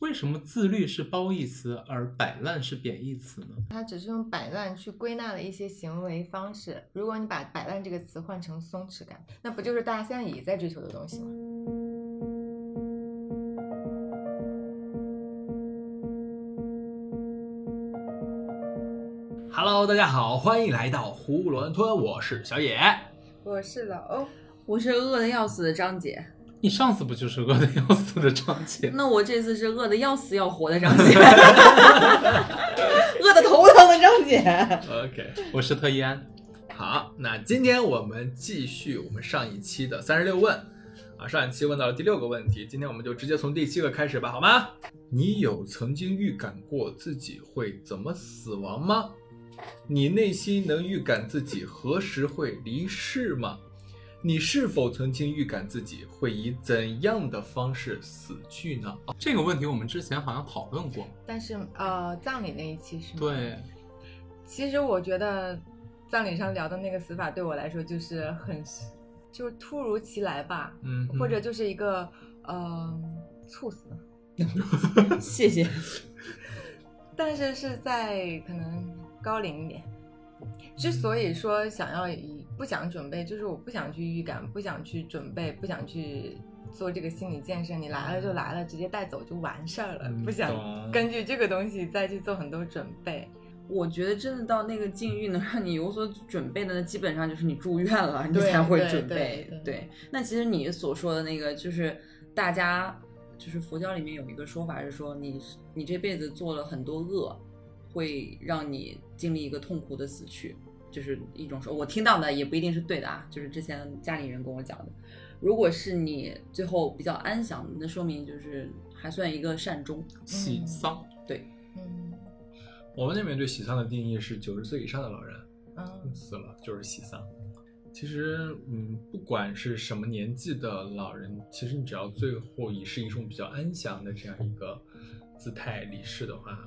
为什么自律是褒义词，而摆烂是贬义词呢？它只是用摆烂去归纳了一些行为方式。如果你把摆烂这个词换成松弛感，那不就是大家现在也在追求的东西吗？ Hello，大家好，欢迎来到囫囵吞，我是小野。我是哦老欧，我是饿的要死的张姐，你上次不就是饿的要死的张姐？那我这次是饿的要死要活的张姐， 饿的头疼的张姐。 OK，我是特一安，好，那今天我们继续我们上一期的三十六问啊，上一期问到了第六个问题，今天我们就直接从第七个开始吧，好吗？你有曾经预感过自己会怎么死亡吗？你内心能预感自己何时会离世吗？你是否曾经预感自己会以怎样的方式死去呢？哦这个问题我们之前好像讨论过，但是呃，葬礼那一期是吗？。对，其实我觉得葬礼上聊的那个死法对我来说就是很，就是突如其来吧，嗯哼，或者就是一个呃猝 死，谢谢。但是是在可能高龄一点。之所以说想要以不想准备，就是我不想去预感，不想去准备，不想去做这个心理建设。你来了就来了，直接带走就完事儿了，嗯不想懂根据这个东西再去做很多准备。我觉得真的到那个境遇能让你有所准备的，那基本上就是你住院了，你对才会对准对备。对那其实你所说的那个，就是大家就是佛教里面有一个说法是说你，你这辈子做了很多恶，会让你经历一个痛苦的死去，就是一种说，我听到的也不一定是对的啊，就是之前家里人跟我讲的。如果是你最后比较安详，那说明就是还算一个善终。喜丧。嗯我们那边对喜丧的定义是九十岁以上的老人，嗯死了就是喜丧。其实，嗯，不管是什么年纪的老人，其实你只要最后以是一种比较安详的这样一个姿态离世的话，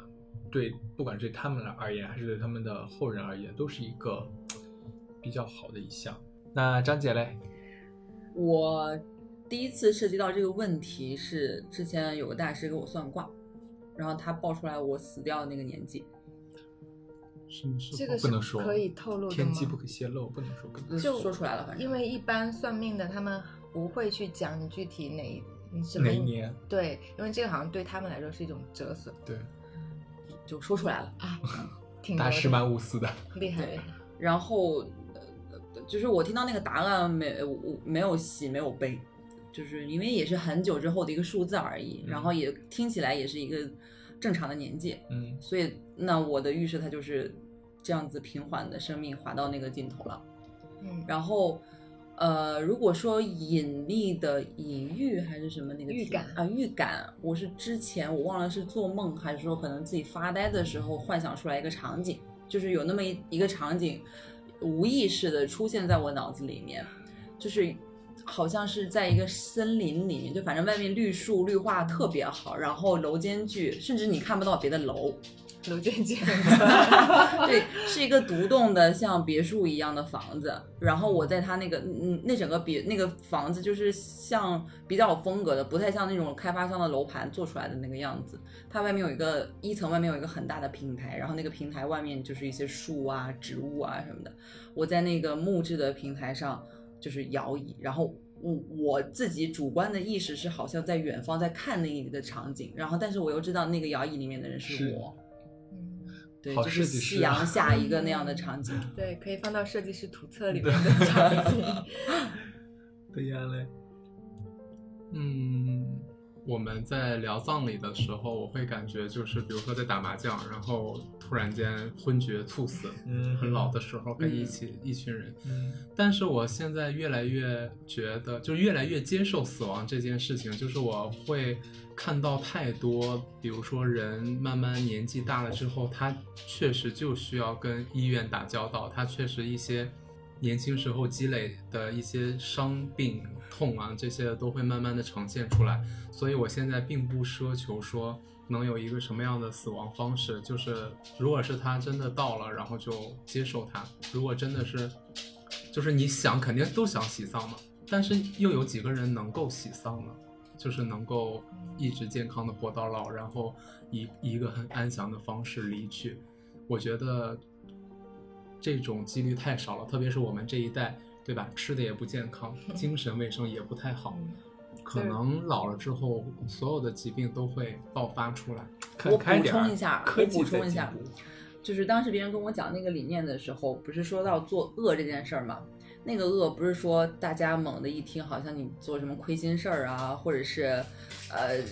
对，不管对他们而言，还是对他们的后人而言，都是一个比较好的一项。那张姐嘞，我第一次涉及到这个问题是之前有个大师给我算卦，然后他报出来我死掉的那个年纪，什么时这个不能是说，可以透露的吗？天机不可泄露，不能说，不能就呃说出来了，反正因为一般算命的他们不会去讲你具体哪一你什说么哪一年？对，因为这个好像对他们来说是一种折损对，就说出来了。啊，挺大牛师的蛮无私的。厉害对厉害，然后，呃，就是我听到那个答案没，呃我没有喜，没有悲，就是因为也是很久之后的一个数字而已，嗯然后也听起来也是一个正常的年纪，嗯， 所以那我的预示它就是这样子平缓的生命滑到那个尽头了。嗯，然后，呃，如果说隐秘的隐喻还是什么那个预词感啊，预感，我是之前我忘了是做梦还是说可能自己发呆的时候幻想出来一个场景，就是有那么一一个场景，无意识的出现在我脑子里面，就是。好像是在一个森林里面，就反正外面绿树绿化特别好，然后楼间距，甚至你看不到别的楼，卢俊 俊很帅对，是一个独栋的像别墅一样的房子。然后我在他那个嗯那整个别那个房子就是像比较有风格的，不太像那种开发商的楼盘做出来的那个样子。它外面有一个一层，外面有一个很大的平台，然后那个平台外面就是一些树啊、植物啊什么的。我在那个木质的平台上就是摇椅，然后。我我自己主观的意识是好像在远方在看那一个场景，然后但是我又知道那个摇椅里面的人是是我，嗯对，好就设是计师夕啊阳下一个那样的场景。对，可以放到设计师图册里面的场 景。对呀嘞，嗯，我们在聊葬礼的时候，我会感觉就是，比如说在打麻将，然后突然间昏厥猝死，嗯很老的时候跟一嗯起、一群人。嗯。但是我现在越来越觉得，就越来越接受死亡这件事情。就是我会看到太多，比如说人慢慢年纪大了之后，他确实就需要跟医院打交道，他确实一些年轻时候积累的一些伤病痛啊，这些都会慢慢的呈现出来。所以我现在并不奢求说能有一个什么样的死亡方式，就是如果是他真的到了，然后就接受他；如果真的是，就是你想肯定都想喜丧嘛，但是又有几个人能够喜丧呢？就是能够一直健康的活到老，然后以以一个很安详的方式离去。我觉得这种几率太少了，特别是我们这一代，对吧？吃的也不健康，精神卫生也不太好，可能老了之后，所有的疾病都会爆发出来。看我开补点儿充一下，科我技补在充一进下步，嗯就是当时别人跟我讲那个理念的时候，不是说到做恶这件事儿吗？那个恶不是说大家猛地一听，好像你做什么亏心事儿啊，或者是呃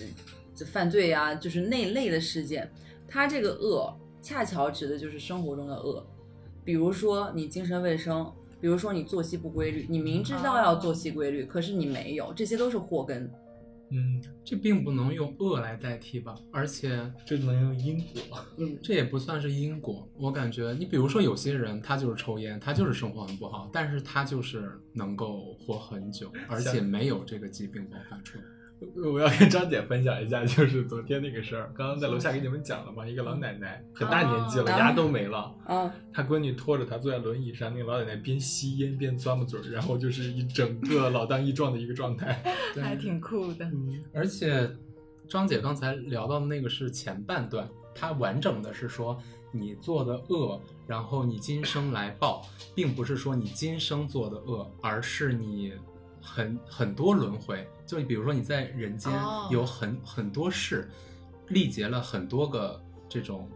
这犯罪啊，就是那类的事件。它这个恶恰巧指的就是生活中的恶，比如说你精神卫生，比如说你作息不规律，你明知道要作息规律，可是你没有，这些都是祸根。嗯，这并不能用恶来代替吧，而且这能用因果，嗯，这也不算是因果。我感觉，你比如说有些人他就是抽烟，他就是生活很不好，但是他就是能够活很久，而且没有这个疾病爆发出来。我要跟张姐分享一下，就是昨天那个事儿，刚刚在楼下给你们讲了嘛，一个老奶奶嗯很大年纪了，哦牙都没了，啊，她闺女拖着她坐在轮椅上，那个老奶奶边吸烟边嘬巴嘴儿，然后就是一整个老当益壮的一个状 态。嗯对还挺酷的。而且张姐刚才聊到的那个是前半段，她完整的是说你做的恶，然后你今生来报，并不是说你今生做的恶，而是你很很多轮回。就比如说你在人间哦有很、很多事，历劫了很多个这种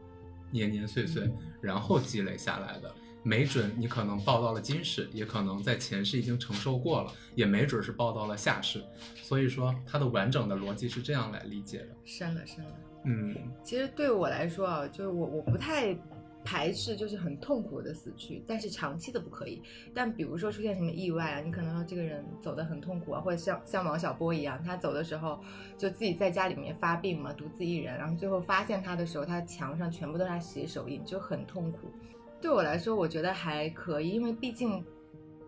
年年岁岁，嗯然后积累下来的。没准你可能报到了今世，也可能在前世已经承受过了，也没准是报到了下世。所以说，它的完整的逻辑是这样来理解的。深了深了。嗯，其实对我来说啊，就是我我不太排斥，就是很痛苦的死去，但是长期的不可以。但比如说出现什么意外啊，你可能这个人走得很痛苦啊，或者像像王小波一样，他走的时候就自己在家里面发病嘛，独自一人，然后最后发现他的时候，他墙上全部都是他血手印，就很痛苦。对我来说，我觉得还可以，因为毕竟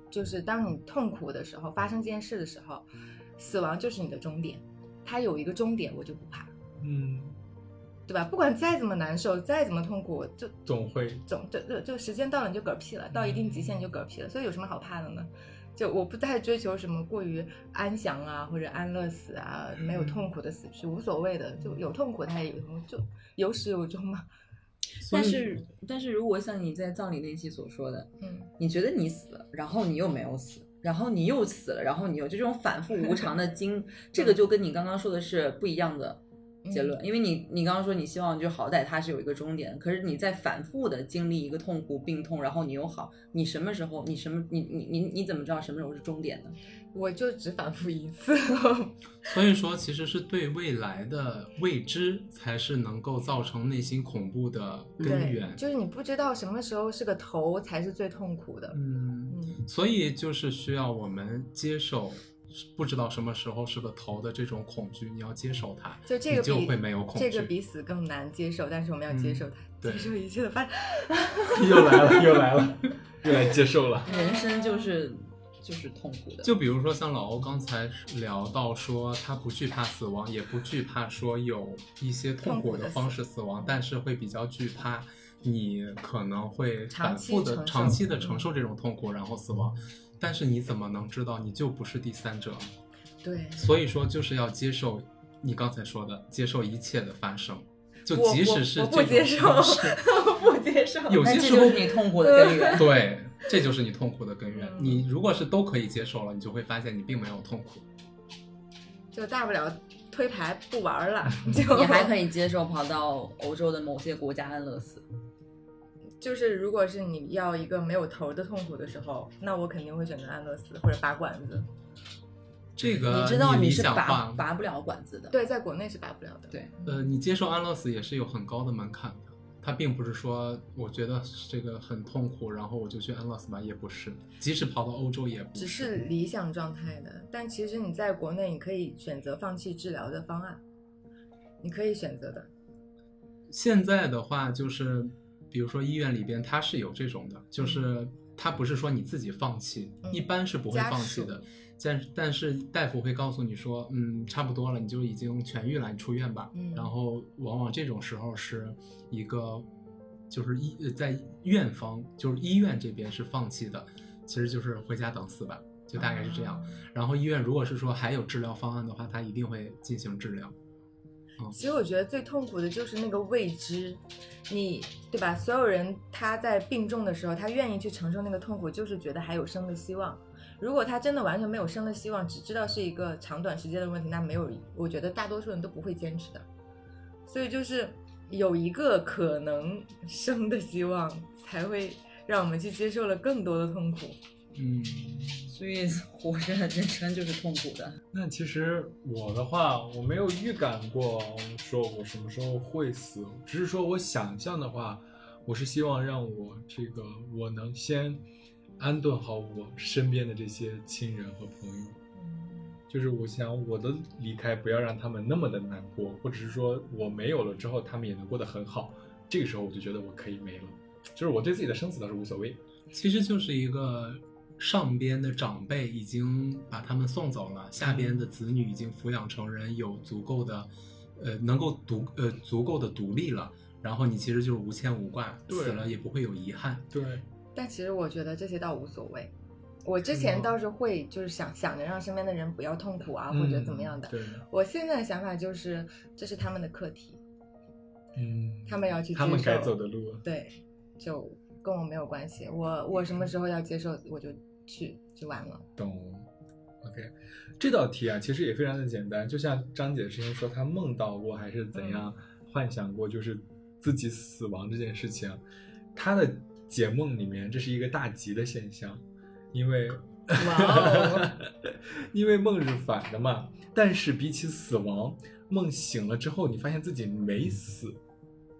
就是当你痛苦的时候，发生这件事的时候，死亡就是你的终点，它有一个终点，我就不怕。嗯， 对吧？不管再怎么难受，再怎么痛苦，就总会总就就就时间到了你就嗝屁了，到一定极限你就嗝屁了，所以有什么好怕的呢？就我不太追求什么过于安详啊，或者安乐死啊，嗯没有痛苦的死去无所谓的，就有痛苦它也有痛苦，就有始有终嘛。所以但是但是如果像你在葬礼那期所说的，嗯，你觉得你死了，然后你又没有死，然后你又死了，然后你又就这种反复无常的经， 这个就跟你刚刚说的是不一样的嗯结论，因为你你刚刚说你希望就好歹它是有一个终点，可是你在反复的经历一个痛苦病痛，然后你又好，你什么时候你什么你你你你怎么知道什么时候是终点呢？我就只反复 一次。所以说，其实是对未来的未知才是能够造成内心恐怖的根对，源。就是你不知道什么时候是个头才是最痛苦的。嗯，嗯，所以就是需要我们接受不知道什么时候是个头的这种恐惧，你要接受它，就这个你就比会没有恐惧。嗯这个比死更难接受，但是我们要接受它，对接受一切的发展。 又来了，又来了，又来接受了。人生就是就是痛苦的，就比如说像老欧刚才聊到说，他不惧怕死亡，也不惧怕说有一些痛苦的方式死亡，但是会比较惧怕你可能会反复的长期长期承受嗯的承受这种痛苦，然后死亡。但是你怎么能知道你就不是第三者？对，所以说就是要接受你刚才说的，接受一切的发生，就我即我使是我这不接种受方式 不接受。有那些这时就候是你痛苦的根 源。对，这就是你痛苦的根源。嗯你如果是都可以接受了，你就会发现你并没有痛苦。 就大不了推牌不 玩了，就你还可以。以接受跑到欧洲的某些国家安乐死， 就是如果是你要一个没有头的痛苦的时候，那我肯定会选择安乐死或者拔管子。这个你知道理是想拔化拔不了管子的。对，在国内是拔不了的。对呃，你接受安乐死也是有很高的门槛的。他并不是说我觉得这个很痛苦，然后我就去安乐死吧，也不是。即使跑到欧洲也不只是理想状态的，但其实你在国内，你可以选择放弃治疗的方案，你可以选择的。现在的话，就是比如说医院里边，它是有这种的，就是它不是说你自己放弃，嗯一般是不会放弃的。但但是大夫会告诉你说，嗯，差不多了，你就已经痊愈了，你出院吧。嗯然后往往这种时候是一个，就是医呃在院方，就是医院这边是放弃的，其实就是回家等死吧。就大概是这啊样。然后医院如果是说还有治疗方案的话，他一定会进行治疗。其实我觉得最痛苦的就是那个未知，你对吧？所有人他在病重的时候，他愿意去承受那个痛苦，就是觉得还有生的希望。如果他真的完全没有生的希望，只知道是一个长短时间的问题，那没有，我觉得大多数人都不会坚持的。所以就是有一个可能生的希望，才会让我们去接受了更多的痛苦。嗯，所以 活着人生就是痛苦的。那其实我的话，我没有预感过说我什么时候会死，只是说我想象的话，我是希望让我这个我能先安顿好我身边的这些亲人和朋友，嗯就是我想我的离开不要让他们那么的难过，或者是说我没有了之后他们也能过得很好，这个时候我就觉得我可以没了，就是我对自己的生死倒是无所谓。其实就是一个上边的长辈已经把他们送走了，下边的子女已经抚养成人，有足够的，呃，能够独呃足够的独立了。然后你其实就是无牵无挂，对死了也不会有遗憾。对，但其实我觉得这些倒无所谓。我之前吗倒是会就是想想着让身边的人不要痛苦啊，嗯或者怎么样的。对，我现在的想法就是，这是他们的课题，嗯，他们要去接受他们该走的路。啊对，就跟我没有关系。我我什么时候要接受，我就去就完 了。 OK，这道题啊，其实也非常的简单，就像张姐之前说，她梦到过还是怎嗯样，幻想过就是自己死亡这件事情。她的解梦里面，这是一个大吉的现象，因为哇哦， 因为梦是反的嘛。但是比起死亡，梦醒了之后，你发现自己没死，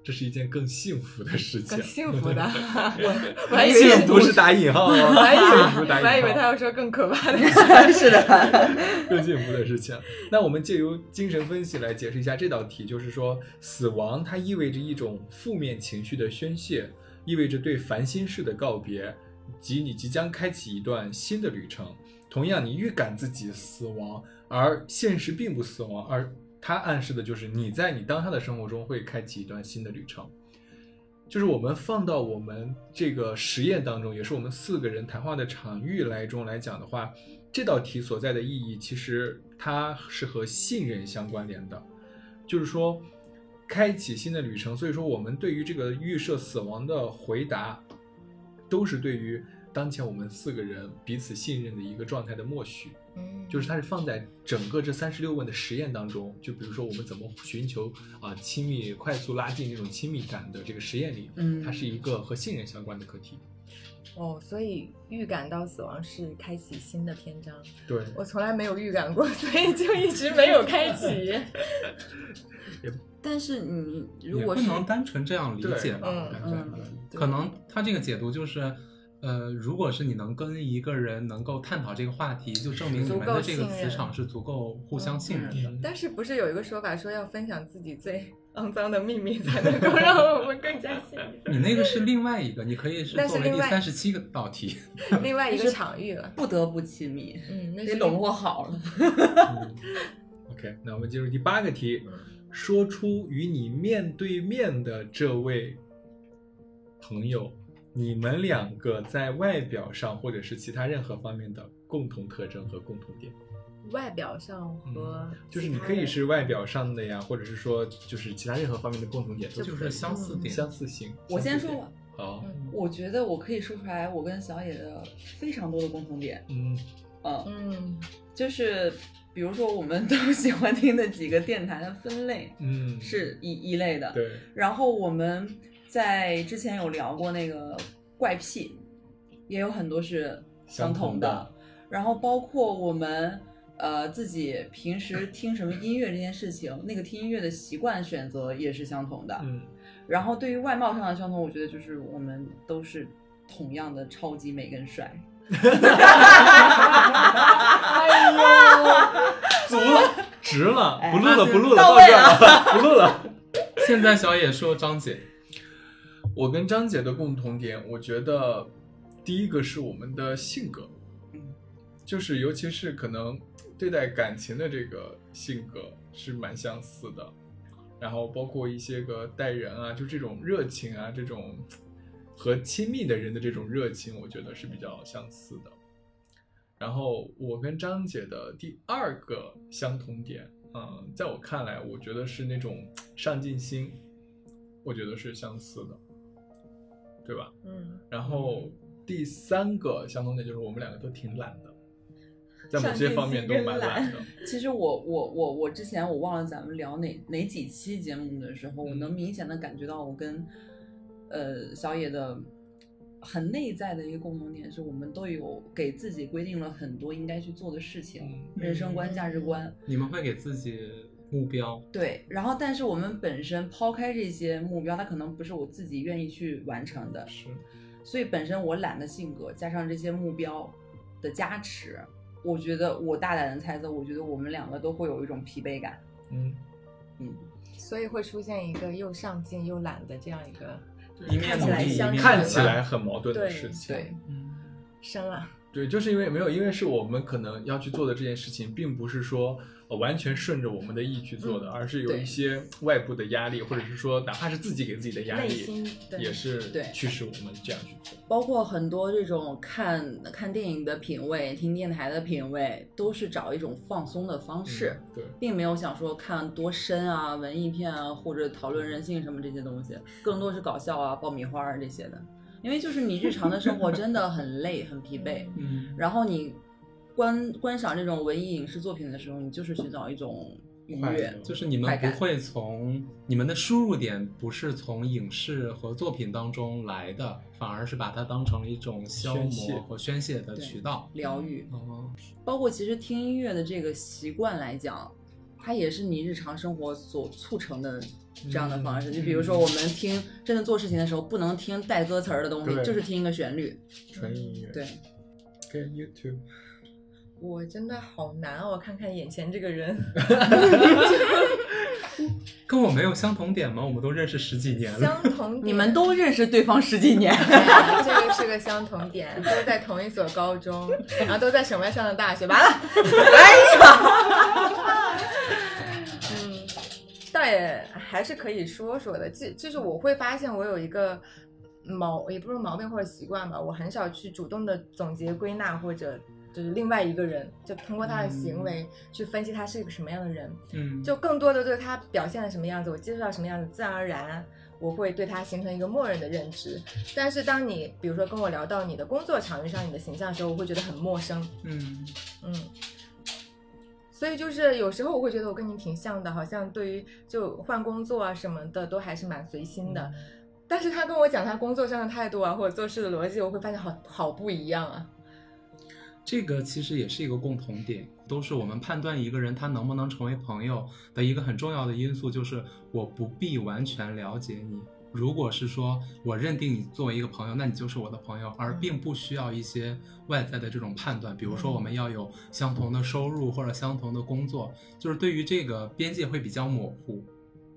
这是一件更幸福的事情。很幸福 的， 我我还以为幸福是打引号哦，我还以幸福为哦是打引号我还以为他要说更可怕的事。 是的，更幸福的事情。那我们借由精神分析来解释一下这道题，就是说，死亡它意味着一种负面情绪的宣泄，意味着对烦心事的告别，及你即将开启一段新的旅程。同样，你预感自己死亡，而现实并不死亡，而它暗示的就是你在你当下的生活中会开启一段新的旅程。就是我们放到我们这个实验当中，也是我们四个人谈话的场域来中来讲的话，这道题所在的意义，其实它是和信任相关联的，就是说开启新的旅程。所以说，我们对于这个预设死亡的回答，都是对于当前我们四个人彼此信任的一个状态的默许。嗯就是它是放在整个这三十六问的实验当中，就比如说我们怎么寻求啊、亲密、快速拉近这种亲密感的这个实验里，嗯它是一个和信任相关的课题。哦，所以预感到死亡是开启新的篇章。对，我从来没有预感过，所以就一直没有开启。但是你如也果不是能单纯这样理解吧，对我感觉、嗯可能他这个解读就是。呃，如果是你能跟一个人能够探讨这个话题，就证明你们的这个足够信任嗯磁场是足够互相信任的。但是不是有一个说法说要分享自己最肮脏的秘密，才能够让我们更加信任你那个是另外一个，你可以是那是作为第另外三十七个道题。另外一个场域了？不得不亲密，嗯，那得是笼。络好了。嗯 OK，那我们进入第八个题，说出与你面对面的这位朋友，你们两个在外表上或者是其他任何方面的共同特征和共同点。外表上和嗯就是你可以是外表上的呀，或者是说就是其他任何方面的共同点，都就是可以相似点相似性。哦我相先说似吧点，，好，嗯我觉得我可以说出来我跟小野的非常多的共同点，嗯嗯， 嗯就是比如说我们都 喜欢听的几个电台的分类嗯，是一一类的，对，然后我们在之前有聊过那个怪癖，也有很多是相同的。相同的然后包括我们呃自己平时听什么音乐这件事情，那个听音乐的习惯选择也是相同的。嗯然后对于外貌上的相同，我觉得就是我们都是同样的超级美跟帅。哎足了，值了，不录了，哎不录了，到到位这儿了，不录了。 现在小野说张姐，我跟张姐的共同点，我觉得第一个是我们的性格，嗯，就是尤其是可能对待感情的这个性格是蛮相似的，然后包括一些个待人啊，就这种热情啊，这种和亲密的人的这种热情，我觉得是比较相似的。然后我跟张姐的第二个相同点，嗯，在我看来，我觉得是那种上进心，我觉得是相似的，对吧？嗯，然后第三个相同点就是我们两个都挺懒的，在某些方面都蛮懒的。其实我我我我之前我忘了咱们聊哪哪几期节目的时候，我嗯能明显的感觉到我跟呃小野的很内在的一个共同点是，我们都有给自己规定了很多应该去做的事情，嗯人生观、价值观。你们会给自己目标，对，然后但是我们本身抛开这些目标，它可能不是我自己愿意去完成的，是，所以本身我懒的性格加上这些目标的加持，我觉得我大胆的猜测，我觉得我们两个都会有一种疲惫感。嗯，所以会出现一个又上进又懒的这样一个一面看努起来力一相面反看起来很矛盾的对事情。对嗯生啊，对，就是因为没有，因为是我们可能要去做的这件事情，并不是说、呃完全顺着我们的意去做嗯的，而是有对一些外部的压力，或者是说哪怕是自己给自己的压内力，心的也是对驱使我们这样去做。包括很多这种看看电影的品味、听电台的品味，都是找一种放松的方式，嗯，对，并没有想说看多深啊、文艺片啊，或者讨论人性什么这些东西，更多是搞笑啊、爆米花啊这些的。因为就是你日常的生活真的很累、很疲惫，嗯，然后你观观赏这种文艺影视作品的时候，你就是寻找一种愉快悦乐，就是你快们不感会从你们的输入点不是从影视和作品当中来的，反而是把它当成了一种消宣泄磨和宣泄的渠道。疗愈。哦，包括其实听音乐的这个习惯来讲，它也是你日常生活所促成的这样的方式。嗯就比如说我们听真的做事情的时候，不能听带歌词儿的东西对，就是听一个旋律。纯音乐。对，跟 YouTube 我真的好难哦！看看眼前这个 人，跟我没有相同点吗？我们都认识十几年了，相同点你们都认识对方十几年，哎这个是个相同点，都在同一所高中，然后都在省外上的大学，完了，哎呀，嗯，倒也还是可以说说的，就就是我会发现我有一个。毛也不是毛病或者习惯吧，我很少去主动的总结归纳或者就是另外一个人，就通过他的行为去分析他是一个什么样的人。嗯，就更多的对他表现的什么样子，我接触到什么样子，自然而然我会对他形成一个默认的认知。但是当你比如说跟我聊到你的工作场域上你的形象的时候，我会觉得很陌生，嗯，嗯。所以就是有时候我会觉得我跟你挺像的，好像对于就换工作啊什么的都还是蛮随心的。嗯但是他跟我讲他工作上的态度啊，或者做事的逻辑，我会发现好好不一样啊。这个其实也是一个共同点，都是我们判断一个人他能不能成为朋友的一个很重要的因素，就是我不必完全了解你。如果是说我认定你作为一个朋友，那你就是我的朋友，而并不需要一些外在的这种判断，比如说我们要有相同的收入或者相同的工作，就是对于这个边界会比较模糊。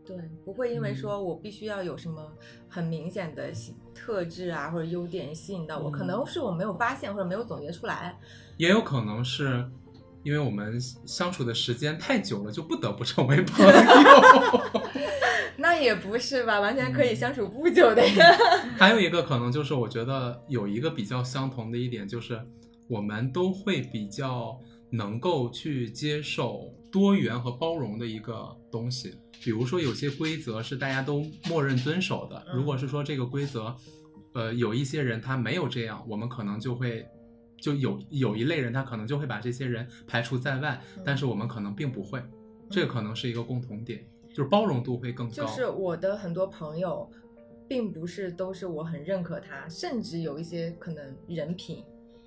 对，不会因为嗯说我必须要有什么很明显的吸特质啊，或者优点吸引到我，可嗯能是我没有发现或者没有总结出来。也有可能是因为我们相处的时间太久了，就不得不成为朋友。 那也不是吧，完全可嗯以相处不久的呀。还有一个可能就是，我觉得有一个比较相同的一点就是，我们都会比较能够去接受多元和包容的一个东西。比如说，有些规则是大家都默认遵守的。嗯如果是说这个规则，呃，有一些人他没有这样，我们可能就会。就有有一类人，他可能就会把这些人排除在外，嗯但是我们可能并不会，这可能是一个共同点，就是包容度会更高。 就是我的很多朋友，并不是都是我很认可他，甚至有一些可能人品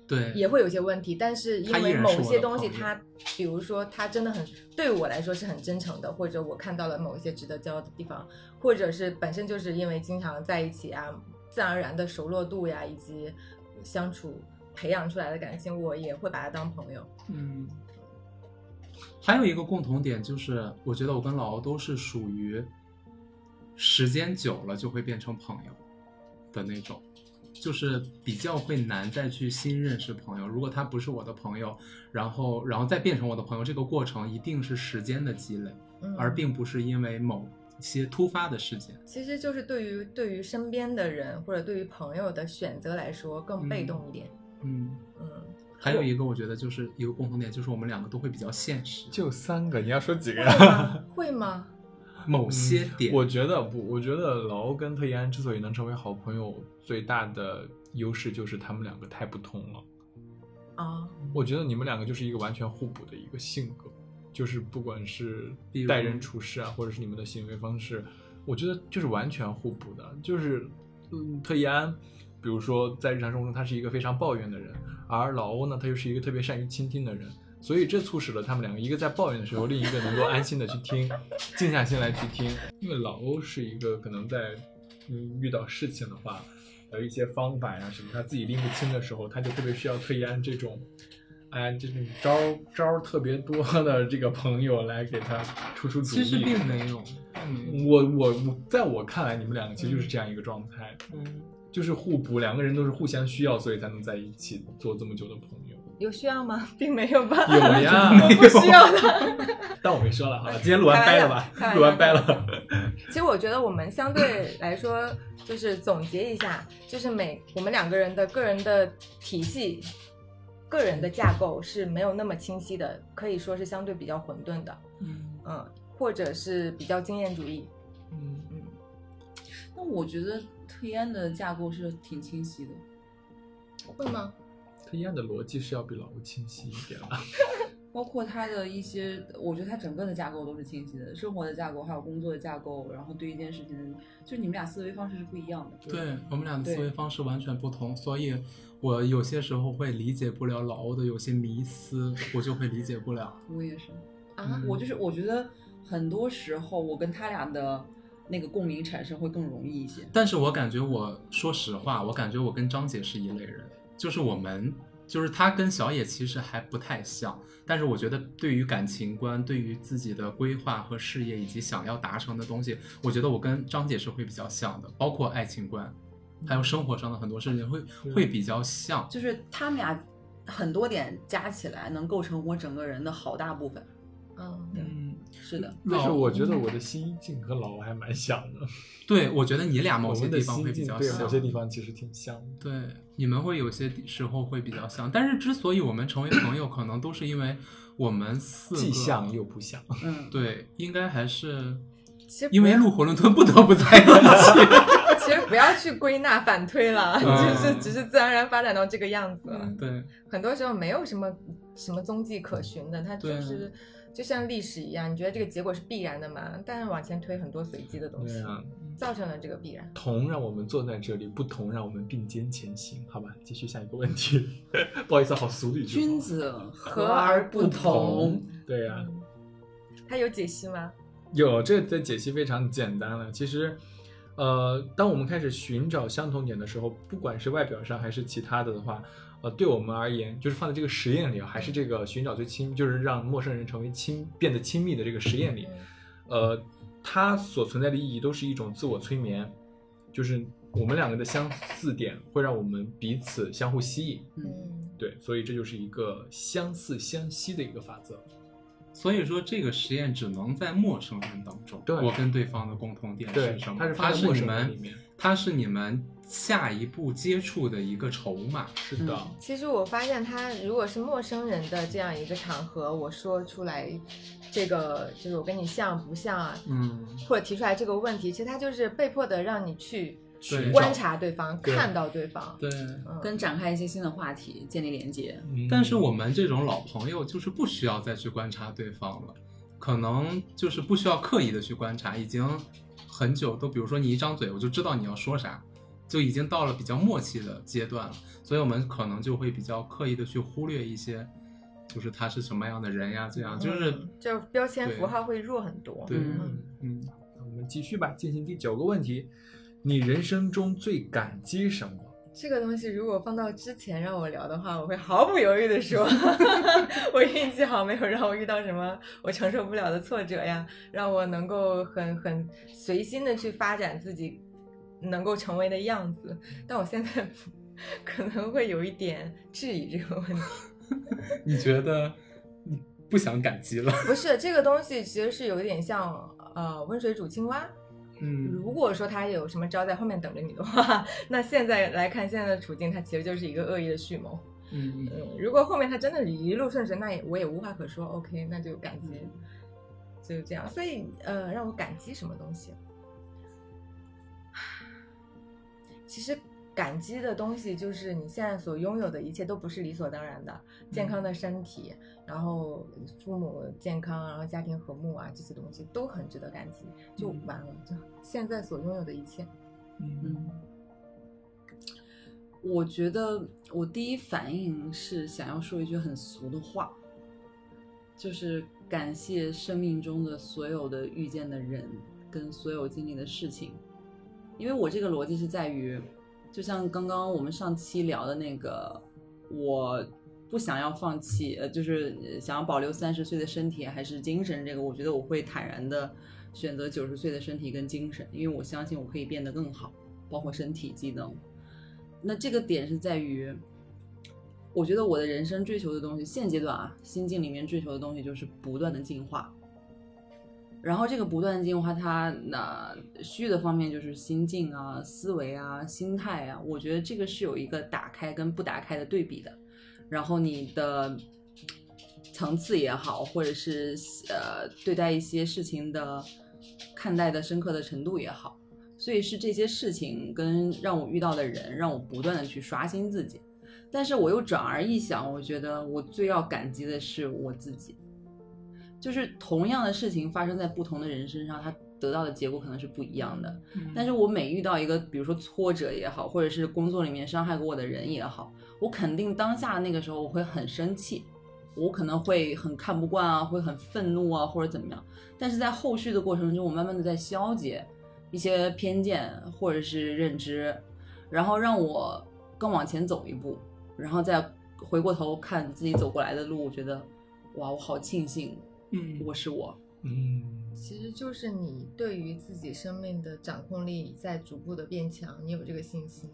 对，也会有一些问题，但是因他依为然是某我些的东西朋友他，比如说他真的很对我来说是很真诚的，或者我看到了某一些值得骄傲的地方，或者是本身就是因为经常在一起啊，自然而然的熟络度呀，以及相处培养出来的感情，我也会把他当朋友。嗯，还有一个共同点就是，我觉得我跟老欧都是属于时间久了就会变成朋友的那种，就是比较会难再去新认识朋友。如果他不是我的朋友，然后然后再变成我的朋友，这个过程一定是时间的积累，嗯，而并不是因为某些突发的事件。其实就是对于对于身边的人或者对于朋友的选择来说，更被嗯动一点。嗯，嗯，还有一个我觉得就是一个共同点，就是我们两个都会比较现实，就三个，你要说几个啊会吗？会吗？某些点。我觉得不，我觉得老欧跟特妍安之所以能成为好朋友，最大的优势就是他们两个太不同了。啊，嗯我觉得你们两个就是一个完全互补的一个性格，就是不管是比如待人处事啊，或者是你们的行为方式，我觉得就是完全互补的。就是，嗯，特一安，比如说在日常生活中，他是一个非常抱怨的人，而老欧呢，他又是一个特别善于倾听的人，所以这促使了他们两个，一个在抱怨的时候，另一个能够安心的去听，静下心来去听。因为老欧是一个可能在嗯遇到事情的话，呃一些方法呀、什么，他自己拎不清的时候，他就特别需要推安这种，哎呀，这种招儿招儿特别多的这个朋友来给他出出主其意。实并没有，嗯并 没有我我我，在我看来，你们两个其实就是这样一个状态，嗯，就是互补，两个人都是互相需要，所以才能在一起做这么久的朋友。有需要吗？ 并没有吧。有啊 呀我不需要的。 但我没说了，好了，今天录完掰了吧开玩？笑录完掰开玩了。其实我觉得我们相对来说，就是总结一下，就是每我们两个人的个人的体系、个人的架构是没有那么清晰的，可以说是相对比较混沌的，嗯嗯，或者是比较经验主义，嗯，嗯，那我觉得特烟的架构是挺清晰的，会吗？他一样的逻辑是要比老吴清晰一点啊了。包括他的一些，我觉得他整个的架构都是清晰的，生活的架构还有工作的架构，然后对一件事情的，就你们俩思维方式是不一样的。对我们俩的思维方式完全不同，所以我有些时候会理解不了老欧的有些迷思，我就会理解不了。我也是，啊，嗯我就是我觉得很多时候我跟他俩的那个共鸣产生会更容易一些。但是我感觉我说实话，我感觉我跟张姐是一类人，就是我们，就是她跟小野其实还不太像，但是我觉得对于感情观、对于自己的规划和事业以及想要达成的东西，我觉得我跟张姐是会比较像的，包括爱情观，还有生活上的很多事情会嗯会比较像。就是他们俩很多点加起来能构成我整个人的好大部分。嗯，嗯，是的，但是老我觉得我的心境和老吴还蛮像的，对，我觉得你俩某我些们地的方会心比境较对像某。些地方其实挺像的。对，你们会有些时候会比较像，但是之所以我们成为朋友，可能都是因为我们四个既像又不像，嗯，对，应该还是其实不因为要录囫囵吞不得不在一起。其实不要去归纳反推了，嗯 就是只是自然而然发展到这个样子了。对，很多时候没有什么什么踪迹可循的，它就对是就像历史一样，你觉得这个结果是必然的嘛？但是往前推很多随机的东西，啊，造成了这个必然。同让我们坐在这里，不同让我们并肩前行，好吧？继续下一个问题， 不好意思，好俗的一句话君子和而而不不同同。，对啊呀、它有解析吗？有这个的解析非常简单了。其实，呃，当我们开始寻找相同点的时候，不管是外表上还是其他的的话，呃，对我们而言，就是放在这个实验里啊，还是这个寻找最亲，就是让陌生人成为亲变得亲密的这个实验里，呃，它所存在的意义都是一种自我催眠，就是我们两个的相似点会让我们彼此相互吸引。嗯，对，所以这就是一个相似相吸的一个法则。所以说这个实验只能在陌生人当中。对我跟对方的共同点对是什，么？它是放它在是陌你生人里们，面。它是你们下一步接触的一个筹码。是嗯的，其实我发现，他如果是陌生人的这样一个场合，我说出来这个就是我跟你像不像啊，嗯，或者提出来这个问题，其实他就是被迫的让你去对寻找嗯观察对方，对看到对方。对。嗯跟展开一些新的话题，建立连接。嗯但是我们这种老朋友就是不需要再去观察对方了，可能就是不需要刻意的去观察，已经很久都，比如说你一张嘴，我就知道你要说啥，就已经到了比较默契的阶段了，所以我们可能就会比较刻意的去忽略一些，就是他是什么样的人呀，这样就是嗯就是标签对符号会弱很多。对，嗯嗯，那我们继续吧，进行第九个问题：你人生中最感激什么？这个东西如果放到之前让我聊的话，我会毫不犹豫的说，我运气好，没有让我遇到什么我承受不了的挫折呀，让我能够很很随心的去发展自己能够成为的样子。但我现在 可能会有一点质疑这个问题。 你觉得你不想感激了？不是这个东西，其实是有一点像呃温水煮青蛙。嗯如果说他有什 么招在后面等着你的话，那现在来看现在的处境，他其实就是一个恶意的蓄谋。嗯嗯，嗯，如果后面他真的是一路顺遂，那也我也无话可说。OK，那就感嗯激，就这样。所以呃，让我感激什么东西？其实感激的东西就是你现在所拥有的一切都不是理所当然的，嗯健康的身体，然后父母健康，然后家庭和睦啊，这些东西都很值得感激。就嗯完了，就现在所拥有的一切。嗯我觉得我第一反应是想要说一句很俗的话，就是感谢生命中的所有的遇见的人跟所有经历的事情，因为我这个逻辑是在于，就像刚刚我们上期聊的那个，我不想要放弃，呃，就是呃想要保留三十岁的身体还是精神，这个我觉得我会坦然的选择九十岁的身体跟精神，因为我相信我可以变得更好，包括身体技能。那这个点是在于，我觉得我的人生追求的东西，现阶段啊，心境里面追求的东西就是不断的进化。然后这个不断的进化，它那虚的方面就是心境啊、思维啊、心态啊，我觉得这个是有一个打开跟不打开的对比的。然后你的层次也好，或者是呃对待一些事情的看待的深刻的程度也好，所以是这些事情跟让我遇到的人，让我不断的去刷新自己。但是我又转而一想，我觉得我最要感激的是我自己，就是同样的事情发生在不同的人身上，它得到的结果可能是不一样的。嗯但是我每遇到一个，比如说挫折也好，或者是工作里面伤害过我的人也好，我肯定当下那个时候我会很生气，我可能会很看不惯啊，会很愤怒啊，或者怎么样。但是在后续的过程中，我慢慢的在消解一些偏见或者是认知，然后让我更往前走一步，然后再回过头看自己走过来的路，我觉得哇，我好庆幸嗯我是我，嗯，其实就是你对于自己生命的掌控力在逐步的变强，你有这个信心。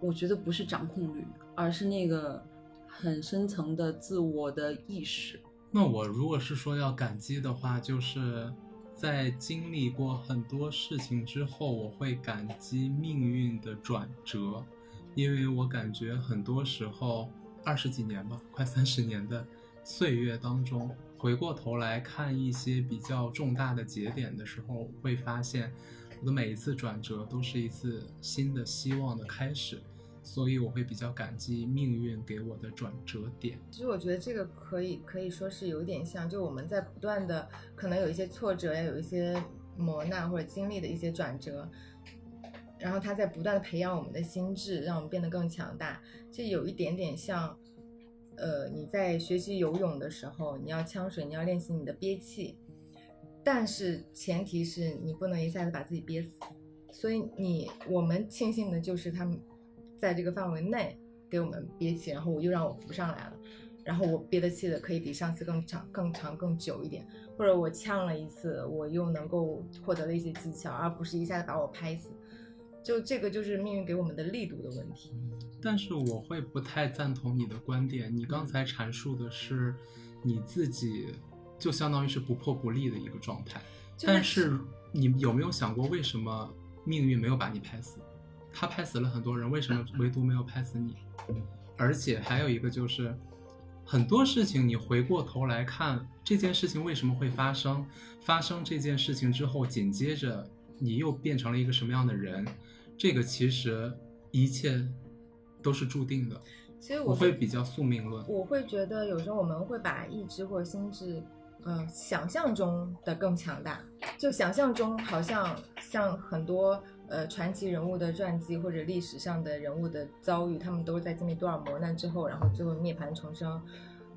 我觉得不是掌控欲，而是那个很深层的自我的意识。那我如果是说要感激的话，就是在经历过很多事情之后，我会感激命运的转折，因为我感觉很多时候二十几年吧，快三十年的岁月当中，回过头来看一些比较重大的节点的时候，会发现我的每一次转折都是一次新的希望的开始，所以我会比较感激命运给我的转折点。其实我觉得这个可以可以说是有点像，就我们在不断的可能有一些挫折呀，有一些磨难或者经历的一些转折，然后它在不断的培养我们的心智，让我们变得更强大。这有一点点像，呃，你在学习游泳的时候，你要呛水，你要练习你的憋气，但是前提是你不能一下子把自己憋死。所以你我们庆幸的就是他们在这个范围内给我们憋气，然后我又让我浮上来了。然后我憋的气的可以比上次更长、更长、更久一点，或者我呛了一次，我又能够获得了一些技巧，而不是一下子把我拍死。就这个就是命运给我们的力度的问嗯题。但是我会不太赞同你的观点。你刚才阐述的是你自己，就相当于是不破不立的一个状态。就但是你有没有想过，为什么命运没有把你拍死？他拍死了很多人，为什么唯独没有拍死你？而且还有一个就是，很多事情你回过头来看，这件事情为什么会发生？发生这件事情之后，紧接着你又变成了一个什么样的人？这个其实一切都是注定的。其实我我会比较宿命论。我会觉得有时候我们会把意志或者心智，嗯、想象中的更强大。就想象中好像像很多呃传奇人物的传记或者历史上的人物的遭遇，他们都是在经历多少磨难之后，然后最后涅槃重生，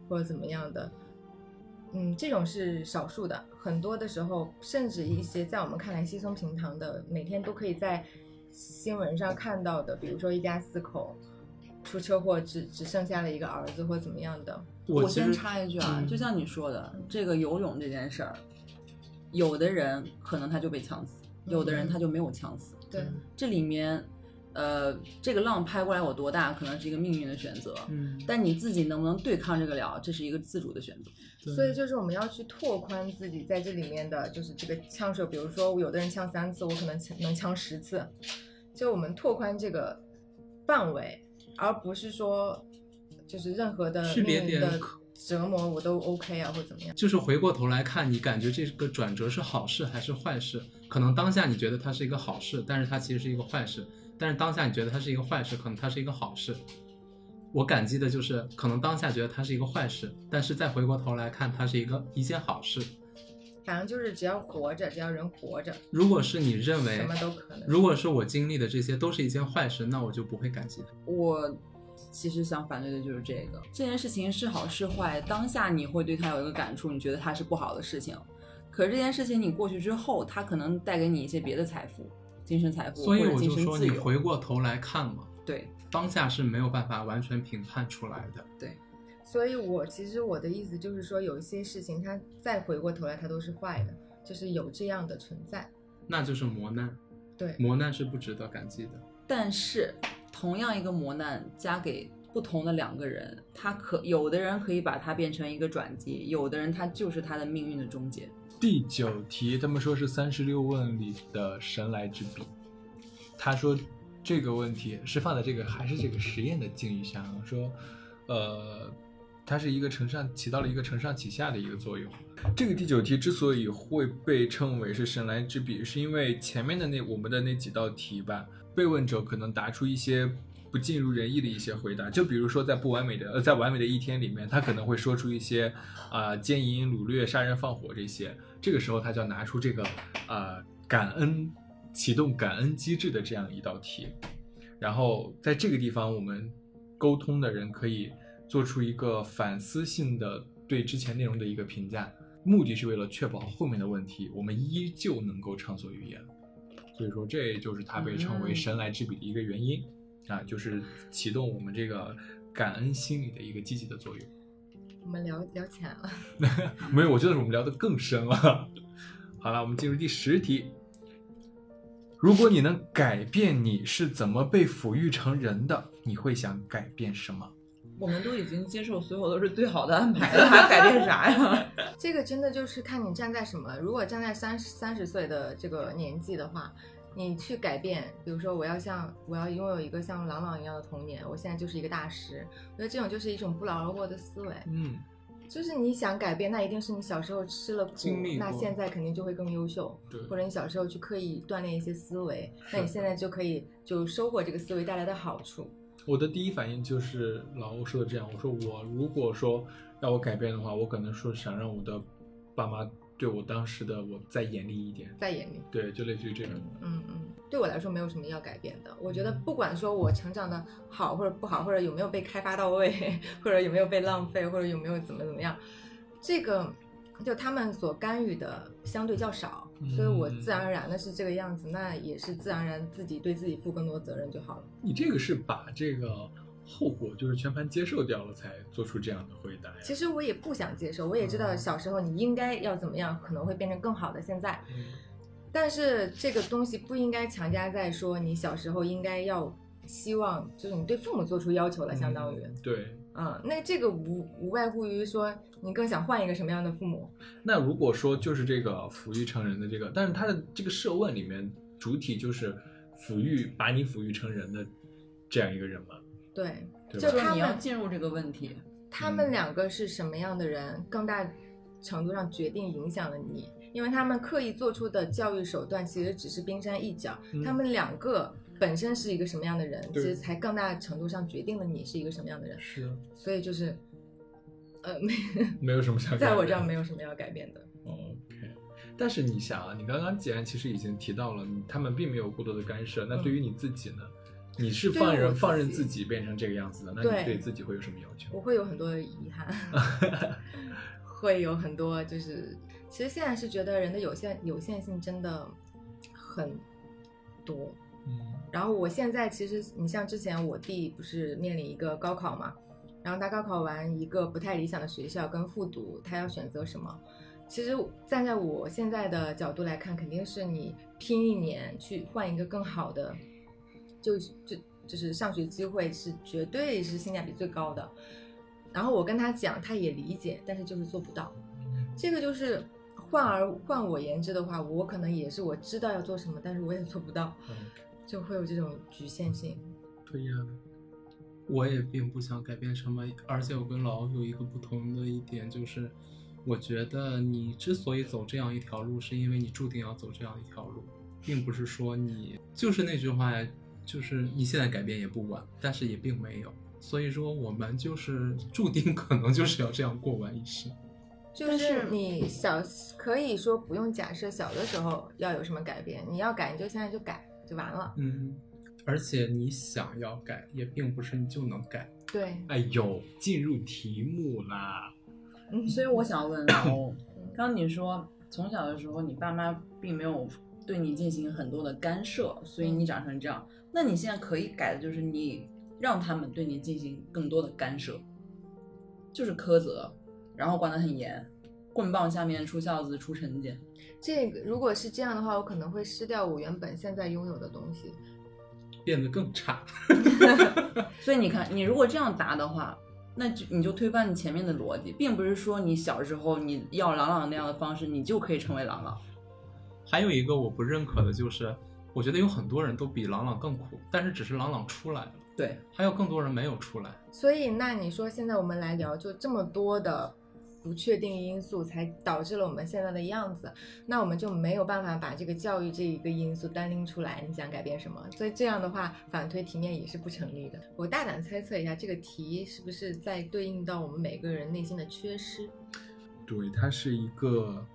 或者怎么样的。嗯，这种是少数的，很多的时候，甚至一些在我们看来稀松平常的，每天都可以在新闻上看到的，比如说一家四口出车祸只，只剩下了一个儿子或怎么样的，我其先实插一句啊，嗯就像你说的，这个游泳这件事儿，有的人可能他就被呛死，嗯有的人他就没有呛死。对，这里面，呃，这个浪拍过来我多大，可能是一个命运的选择。嗯，但你自己能不能对抗这个了，这是一个自主的选择。对所以就是我们要去拓宽自己在这里面的，就是这个呛手，比如说我有的人呛三次，我可能呛能呛十次，就我们拓宽这个范围，而不是说就是任何的区别命运点的可折磨我都 OK 啊，或怎么样。就是回过头来看，你感觉这个转折是好事还是坏事？可能当下你觉得它是一个好事，但是它其实是一个坏事；但是当下你觉得它是一个坏事，可能它是一个好事。我感激的就是，可能当下觉得它是一个坏事，但是再回过头来看，它是一个一件好事。反正就是只要活着，只要人活着，如果是你认什为么，都可能。如果是我经历的这些都是一件坏事，那我就不会感激它。我其实想反对的就是这个，这件事情是好是坏，当下你会对它有一个感触，你觉得它是不好的事情，可是这件事情你过去之后，它可能带给你一些别的财富，精神财富所或以者我精就神说，自你由。回过头来看嘛，对，当下是没有办法完全评判出来的。所以我其实我的意思就是说，有一些事情它再回过头来，它都是坏的，就是有这样的存在。那就是磨难，对，磨难是不值得感激的。但是同样一个磨难加给不同的两个人，他可有的人可以把它变成一个转机，有的人他就是他的命运的终结。第九题，他们说是三十六问里的神来之笔。他说这个问题是放在这个还是这个实验的境遇下，说，呃，它是一个承上起到了一个承上启下的一个作用。这个第九题之所以会被称为是神来之笔，是因为前面的那我们的那几道题吧，被问者可能答出一些不尽如人意的一些回答，就比如说在不完美的呃在完美的一天里面，他可能会说出一些啊、奸淫掳掠、杀人放火这些，这个时候他就要拿出这个呃感恩启动感恩机制的这样一道题，然后在这个地方我们沟通的人可以做出一个反思性的对之前内容的一个评价，目的是为了确保后面的问题我们依旧能够畅所欲言，所以说这就是它被称为嗯神来之笔的一个原因。啊，就是启动我们这个感恩心理的一个积极的作用。我们聊聊啊浅了。 没有，我觉得我们聊得更深了。 好了，我们进入第十题。如果你能改变你是怎么被抚育成人的，你会想改变什么？我们都已经接受所有都是最好的安 排了，还改变啥呀？这个真的就是看你站在什么。如果站在三三十岁的这个年纪的话，你去改变，比如说我要像我要拥有一个像朗朗一样的童年，我现在就是一个大师。我觉得这种就是一种不劳而获的思维，嗯，就是你想改变，那一定是你小时候吃了苦经历，过那现在肯定就会更优秀。对或者你小时候去刻意锻炼一些思维，是那你现在就可以就收获这个思维带来的好处。我的第一反应就是老欧说的这样，我说我如果说让我改变的话，我可能说想让我的爸妈对我当时的我再严厉一点，在眼里，对，就类似于这种。嗯嗯，对我来说没有什么要改变的。我觉得不管说我成长的好或者不好，或者有没有被开发到位，或者有没有被浪费，或者有没有怎么怎么样，这个就他们所干预的相对较少，所以我嗯自然而然的是这个样子，那也是自然而然自己对自己负更多责任就好了。你这个是把这个后果就是全盘接受掉了，才做出这样的回答呀。其实我也不想接受，我也知嗯道小时候你应该要怎么样，可能会变成更好的现在，嗯但是这个东西不应该强加在说你小时候应该要希望，就是你对父母做出要求了，相当于。嗯对。嗯，那这个无无外乎于说，你更想换一个什么样的父母？那如果说就是这个抚育成人的这个，但是它的这个设问里面主体就是抚育把你抚育成人的这样一个人嘛，对，对就吧？就是他你要们进入这个问题，他们两个是什么样的人，更大程度上决定影响了你，因为他们刻意做出的教育手段其实只是冰山一角，嗯他们两个本身是一个什么样的人，其对实才更大程度上决定了你是一个什么样的人。是，所以就是，呃，没，没有什么想在我这儿样没有什么要改变的。 OK，但是你想啊，你刚刚既然其实已经提到了，你他们并没有过多的干涉，那嗯对于你自己呢？你是对于放我任自放任己自己变成这个样子的，那对你对自己会有什么要求我？会有很多遗憾， 会有很多就是，其实现在是觉得人的有限有限性真的很多。嗯然后我现在其实，你像之前我弟不是面临一个高考嘛，然后他高考完一个不太理想的学校跟复读，他要选择什么？其实站在我现在的角度来看，肯定是你拼一年去换一个更好的，就就就是上学机会是绝对是性价比最高的。然后我跟他讲，他也理解，但是就是做不到。这个就是换而换我言之的话，我可能也是我知道要做什么，但是我也做不到。嗯，就会有这种局限性。对呀、我也并不想改变什么，而且我跟老欧有一个不同的一点就是，我觉得你之所以走这样一条路，是因为你注定要走这样一条路，并不是说你就是那句话呀，就是你现在改变也不晚，但是也并没有。所以说，我们就是注定可能就是要这样过完一生。就但是是你小可以说不用假设小的时候要有什么改变，你要改你就现在就改就完了。嗯，而且你想要改，也并不是你就能改。对，哎呦，进入题目啦！嗯所以我想问老欧，刚刚你说从小的时候你爸妈并没有对你进行很多的干涉，所以你长成这样。那你现在可以改的就是你让他们对你进行更多的干涉，就是苛责，然后管得很严，棍棒下面出孝子出臣子。这个如果是这样的话，我可能会失掉我原本现在拥有的东西。变得更差。所以你看，你如果这样答的话，那就你就推翻你前面的逻辑，并不是说你小时候你要朗朗那样的方式，你就可以成为朗朗。还有一个我不认可的就是，我觉得有很多人都比朗朗更苦，但是只是朗朗出来了，对，还有更多人没有出来。所以，那你说现在我们来聊，就这么多的不确定因素，才导致了我们现在的样子。那我们就没有办法把这个教育这一个因素单拎出来，你想改变什么？所以这样的话，反推题面也是不成立的。我大胆猜测一下，这个题是不是在对应到我们每个人内心的缺失？对，它是一个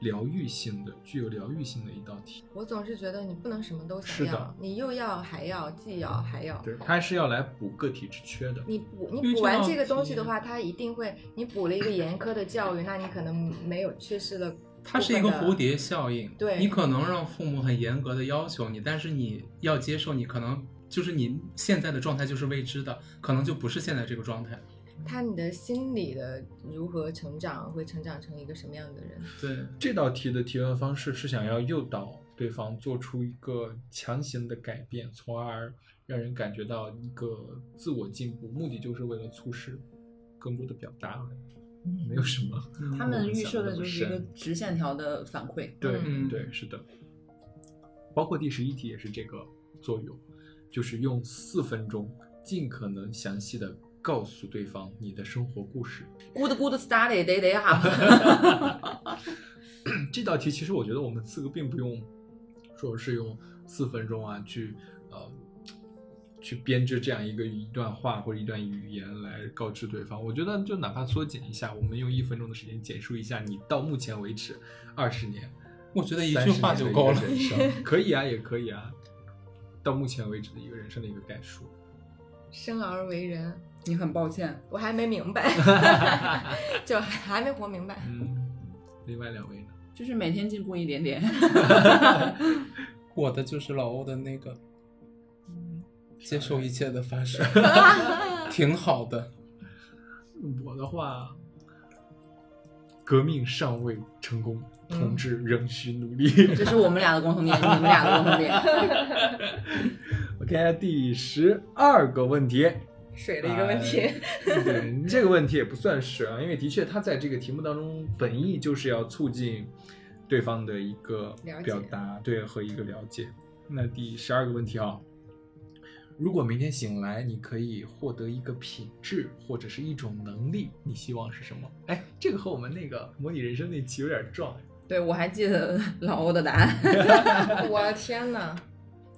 疗愈性的，具有疗愈性的一道题。我总是觉得你不能什么都想是的要，你又要还要，既要还要。对，它是要来补个体之缺的。你补因你为补这完道这个东西题的话，它一定会，你补了一个严苛的教育，那你可能没有缺失了。它是一个蝴蝶效应，对你可能让父母很严格的要求你，但是你要接受，你可能就是你现在的状态就是未知的，可能就不是现在这个状态。他你的心理的如何成长，会成长成一个什么样的人？对，这道题的提问方式是想要诱导对方做出一个强行的改变，从而让人感觉到一个自我进步，目的就是为了促使更多的表达。嗯没有什么，嗯他们预设的就是一个直线条的反馈。对、嗯对，是的。包括第十一题也是这个作用，就是用四分钟尽可能详细的告诉对方你的生活故事。 Good good study day day up。 这道题其实我觉得我们四个并不用说是用四分钟啊去呃去编织这样一个一段话或者一段语言来告知对方。我觉得就哪怕缩减一下，我们用一分钟的时间简述一下你到目前为止二十年我觉得一句话就够了。 30年的一个人生可以啊，也可以啊。到目前为止的一个人生的一个概述，生而为人，你很抱歉，我还没明白， 就还没活明白。嗯，另外两位呢？就是每天进步一点点。我的就是老欧的那个，接受一切的发生，挺好的。我的话，革命尚未成功，嗯同志仍需努力。 这是我们俩的共同点，你们俩的共同点。 OK，第十二个问题，水的一个问题对这个问题也不算是啊，因为的确他在这个题目当中本意就是要促进对方的一个了解表达，对和一个了解。那第十二个问题啊、如果明天醒来，你可以获得一个品质或者是一种能力，你希望是什么？哎，这个和我们那个模拟人生那期有点撞。对，我还记得 老欧的答案。 哎 我的天哪，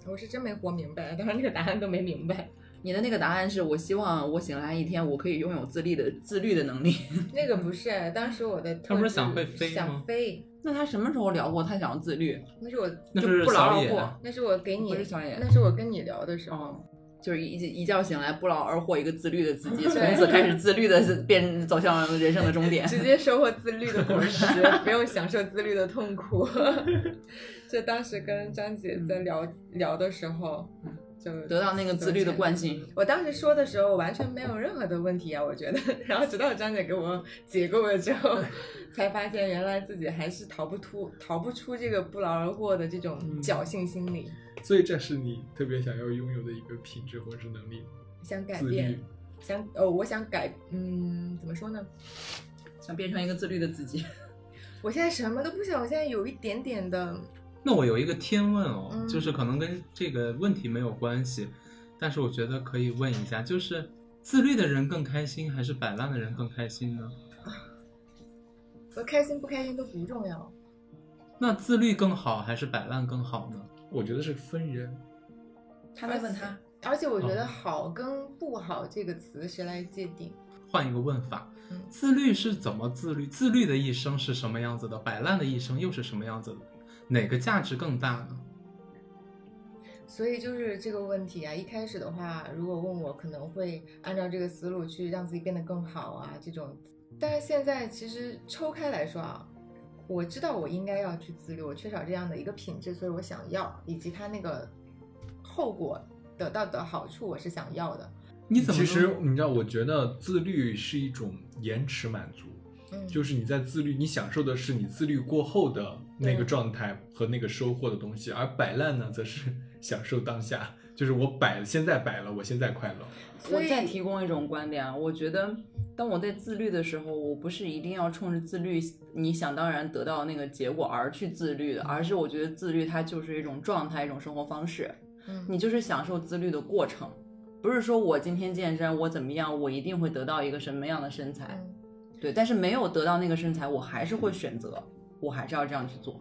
我是真没活明白，当然这个答案都没明白。你的那个答案是我希望我醒来一天，我可以拥有自立的自律的能力。 那个不是，当时我的他不是特质想会飞吗想飞，那他什么时候聊过他想要自律？那是我那就是不劳小而野，获。那是我给你不是小野那是我跟你聊的时候。哦，就是一一觉醒来不劳而获，一个自律的自 己，对从此开始自律的变走向人生的终点。 直接收获自律的果实，不用享受自律的痛苦。 就当时跟张姐在聊、聊的时候，就嗯得到那个自律的惯性，我当时说的时候完全没有任何的问题啊，我觉得。 然后直到张姐给我解构了之后， 才发现原来自己还是逃不出逃不出这个不劳而获的这种嗯侥幸心理，所以这是你特别想要拥有的一个品质或者是能力，想改自律变。。想哦，我想改，嗯，怎么说呢？想变成一个自律的自己。我现在什么都不想，我现在有一点点的，那我有一个天问哦，嗯就是可能跟这个问题没有关系，但是我觉得可以问一下，就是自律的人更开心，还是摆烂的人更开心呢？我开心不开心都不重要。那自律更好还是摆烂更好呢？我觉得是分人，他在问他，而且我觉得哦“好”跟“不好”这个词谁来界定？换一个问法嗯，自律是怎么自律？自律的一生是什么样子的？摆烂的一生又是什么样子的？哪个价值更大呢？所以就是这个问题啊，一开始的话，如果问我，可能会按照这个思路去让自己变得更好啊，这种。但是现在其实抽开来说啊，我知道我应该要去自律，我缺少这样的一个品质，所以我想要，以及它那个后果得到的好处，我是想要的。你怎么其实能你知道，我觉得自律是一种延迟满足，嗯，就是是你在自律，你享受的是你自律过后的那个状态和那个收获的东西，而摆烂呢，则是享受当下，就是我摆了，现在摆了，我现在快乐。我所以再提供一种观点啊，我觉得当我在自律的时候，我不是一定要冲着自律你想当然得到那个结果而去自律的，而是我觉得自律它就是一种状态，一种生活方式，嗯你就是享受自律的过程。不是说我今天健身，我怎么样，我一定会得到一个什么样的身材，嗯对。但是没有得到那个身材，我还是会选择，我还是要这样去做。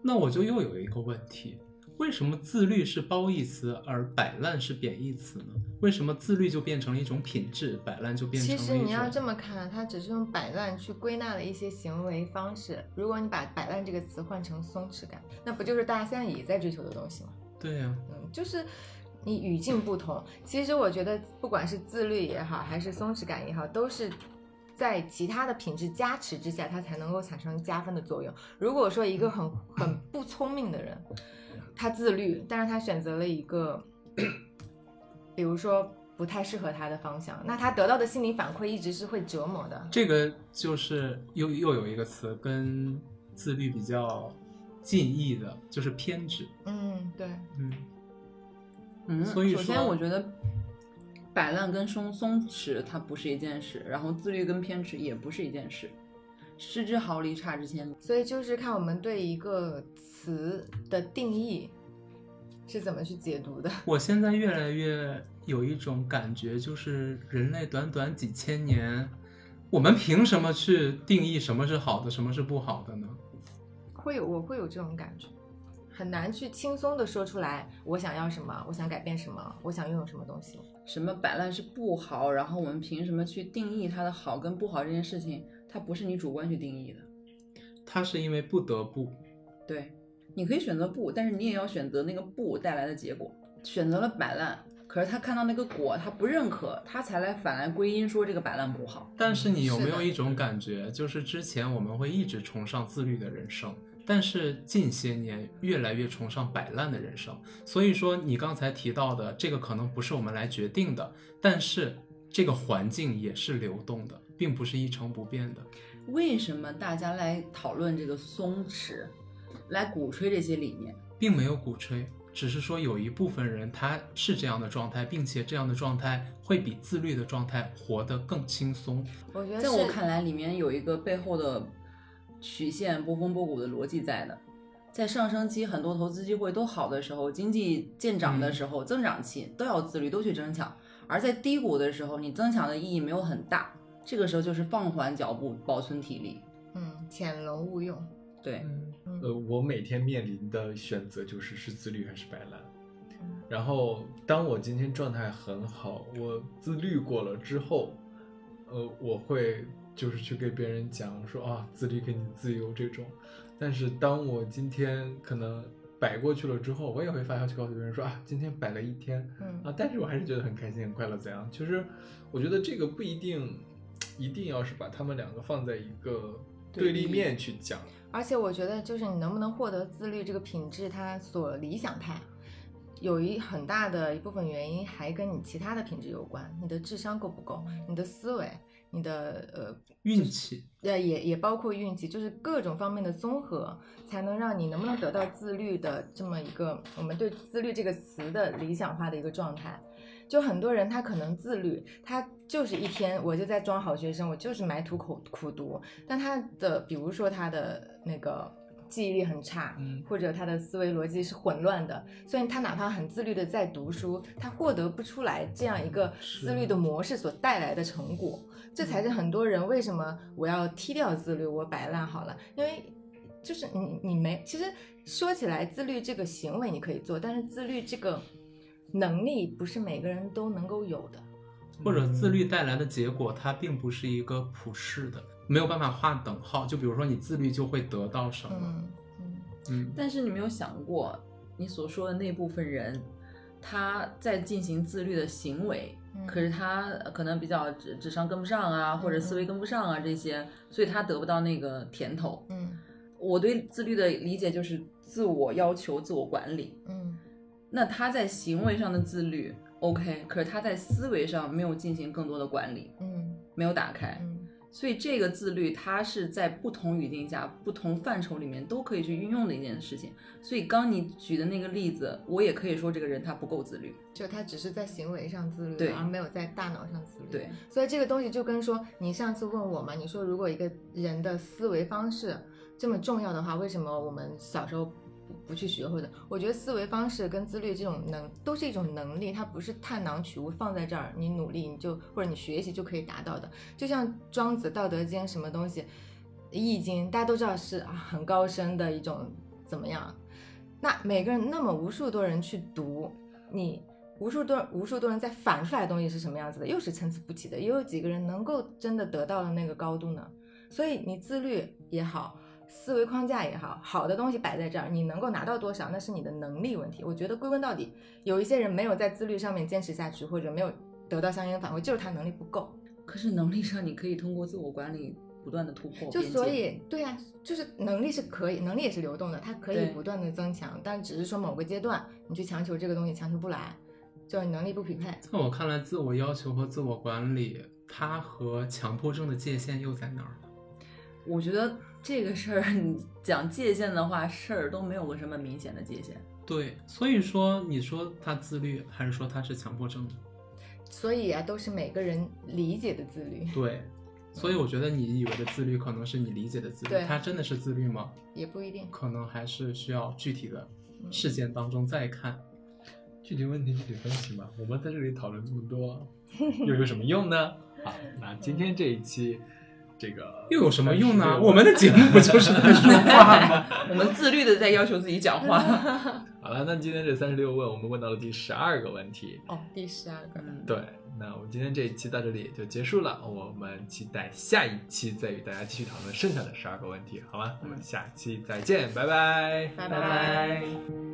那我就又有一个问题：为什么自律是褒义词，而摆烂是贬义词呢？为什么自律就变成了一种品质，摆烂就变成其了一实种……你要这么看，它只是用摆烂去归纳了一些行为方式。如果你把“摆烂”这个词换成松弛感，那不就是大家现在也在追求的东西吗？对呀、嗯，就是你语境不同。其实我觉得，不管是自律也好，还是松弛感也好，都是在其他的品质加持之下，它才能够产生加分的作用。如果说一个很很不聪明的人，他自律，但是他选择了一个，比如说。不太适合他的方向，那他得到的心理反馈一直是会折磨的。这个就是又又有一个词跟自律比较近义的，就是偏执。嗯，对，嗯，嗯，所以首先说我觉得摆烂跟松松弛它不是一件事，然后自律跟偏执也不是一件事，失之毫厘，差之千里。所以就是看我们对一个词的定义是怎么去解读的。我现在越来越有一种感觉，就是人类短短几千年，我们凭什么去定义什么是好的，什么是不好的呢？会有，我会有这种感觉，很难去轻松的说出来我想要什么，我想改变什么，我想拥有什么东西。什么摆烂是不好，然后我们凭什么去定义它的好跟不好这件事情？它不是你主观去定义的，它是因为不得不对，你可以选择不，但是你也要选择那个不带来的结果。选择了摆烂，可是他看到那个果，他不认可，他才来反来归因说这个摆烂不好。但是你有没是有的一种感觉，就是之前我们会一直崇尚自律的人生，但是近些年越来越崇尚摆烂的人生。所以说，你刚才提到的这个可能不是我们来决定的，但是这个环境也是流动的，并不是一成不变的。为什么大家来讨论这个松弛，来鼓吹这些理念？并没有鼓吹，只是说有一部分人他是这样的状态，并且这样的状态会比自律的状态活得更轻松。我觉得在我是看来，里面有一个背后的曲线波峰波谷的逻辑在的。在上升期，很多投资机会都好的时候，经济见长的时候，增长期都要自律，都去争抢；而在低谷的时候，你增强的意义没有很大，这个时候就是放缓脚步，保存体力。嗯，潜龙勿用。对，嗯，嗯，呃，我每天面临的选择就是是自律还是摆烂嗯。然后，当我今天状态很好，我自律过了之后，呃，我会就是去给别人讲说啊，自律给你自由这种。但是，当我今天可能摆过去了之后，我也会发消息告诉别人说啊，今天摆了一天，嗯啊，但是我还是觉得很开心、很快乐。怎样？就是我觉得这个不一定，一定要是把他们两个放在一个对对立立面去讲。而且我觉得就是你能不能获得自律这个品质，它所理想态，有一很大的一部分原因还跟你其他的品质有关，你的智商够不够，你的思维，你的呃运气，呃，也也包括运气，就是各种方面的综合，才能让你能不能得到自律的这么一个我们对自律这个词的理想化的一个状态。就很多人他可能自律，他就是一天我就在装好学生，我就是埋头苦苦读，但他的比如说他的那个记忆力很差，嗯或者他的思维逻辑是混乱的，所以他哪怕很自律的在读书，他获得不出来这样一个是自律的模式所带来的成果。这才是很多人为什么我要踢掉自律，我摆烂好了，因为就是你你没，其实说起来自律这个行为你可以做，但是自律这个能力不是每个人都能够有的。或者自律带来的结果，它并不是一个普世的，没有办法划等号。就比如说你自律就会得到什么，嗯嗯，嗯，但是你没有想过，你所说的那部分人，他在进行自律的行为，嗯可是他可能比较智智商跟不上啊，或者思维跟不上啊这些，所以他得不到那个甜头。嗯我对自律的理解就是自我要求、自我管理。嗯那他在行为上的自律 OK，可是他在思维上没有进行更多的管理，嗯没有打开，嗯所以这个自律，它是在不同语境下、不同范畴里面都可以去运用的一件事情。所以刚你举的那个例子，我也可以说这个人他不够自律。就他只是在行为上自律，对而没有在大脑上自律。对，所以这个东西就跟说，你上次问我嘛，你说如果一个人的思维方式这么重要的话，为什么我们小时候不不去学会的？我觉得思维方式跟自律这种能都是一种能力，它不是探囊取物放在这儿，你努力你就或者你学习就可以达到的。就像庄子《道德经》什么东西，《易经》大家都知道是啊很高深的一种怎么样？啊那每个人那么无数多人去读，你无数多无数多人在反出来的东西是什么样子的，又是参差不齐的，也有几个人能够真的得到了那个高度呢？所以你自律也好，思维框架也好，好的东西摆在这儿，你能够拿到多少，那是你的能力问题。我觉得归根到底，有一些人没有在自律上面坚持下去，或者没有得到相应的反馈，就是他能力不够。可是能力上，你可以通过自我管理不断的突破。就边界所以，对呀、就是能力是可以，能力也是流动的，它可以对不断的增强，但只是说某个阶段你去强求这个东西强求不来，就你能力不匹配。在我看来，自我要求和自我管理，它和强迫症的界限又在哪儿呢？我觉得这个事儿，你讲界限的话，事儿都没有个什么明显的界限。 对，所以说你说他自律，还是说他是强迫症呢？所以啊，都是每个人理解的自律，对，所以我觉得你以为的自律，可能是你理解的自律对，它真的是自律吗？也不一定。可能还是需要具体的嗯事件当中再看。具体问题具体分析吧。我们在这里讨论这么多，又有什么用呢？ 好，那今天这一期，这个又有什么用呢？ 36我们的节目不就是在说 话吗？我们自律的在要求自己讲话。好了，那今天这三十六问，我们问到了第十二个问题。哦，第十二个，嗯，对，那我们今天这一期到这里也就结束了，我们期待下一期再与大家继续讨论剩下的十二个问题，好吗？我们下期再见，拜拜。拜拜拜。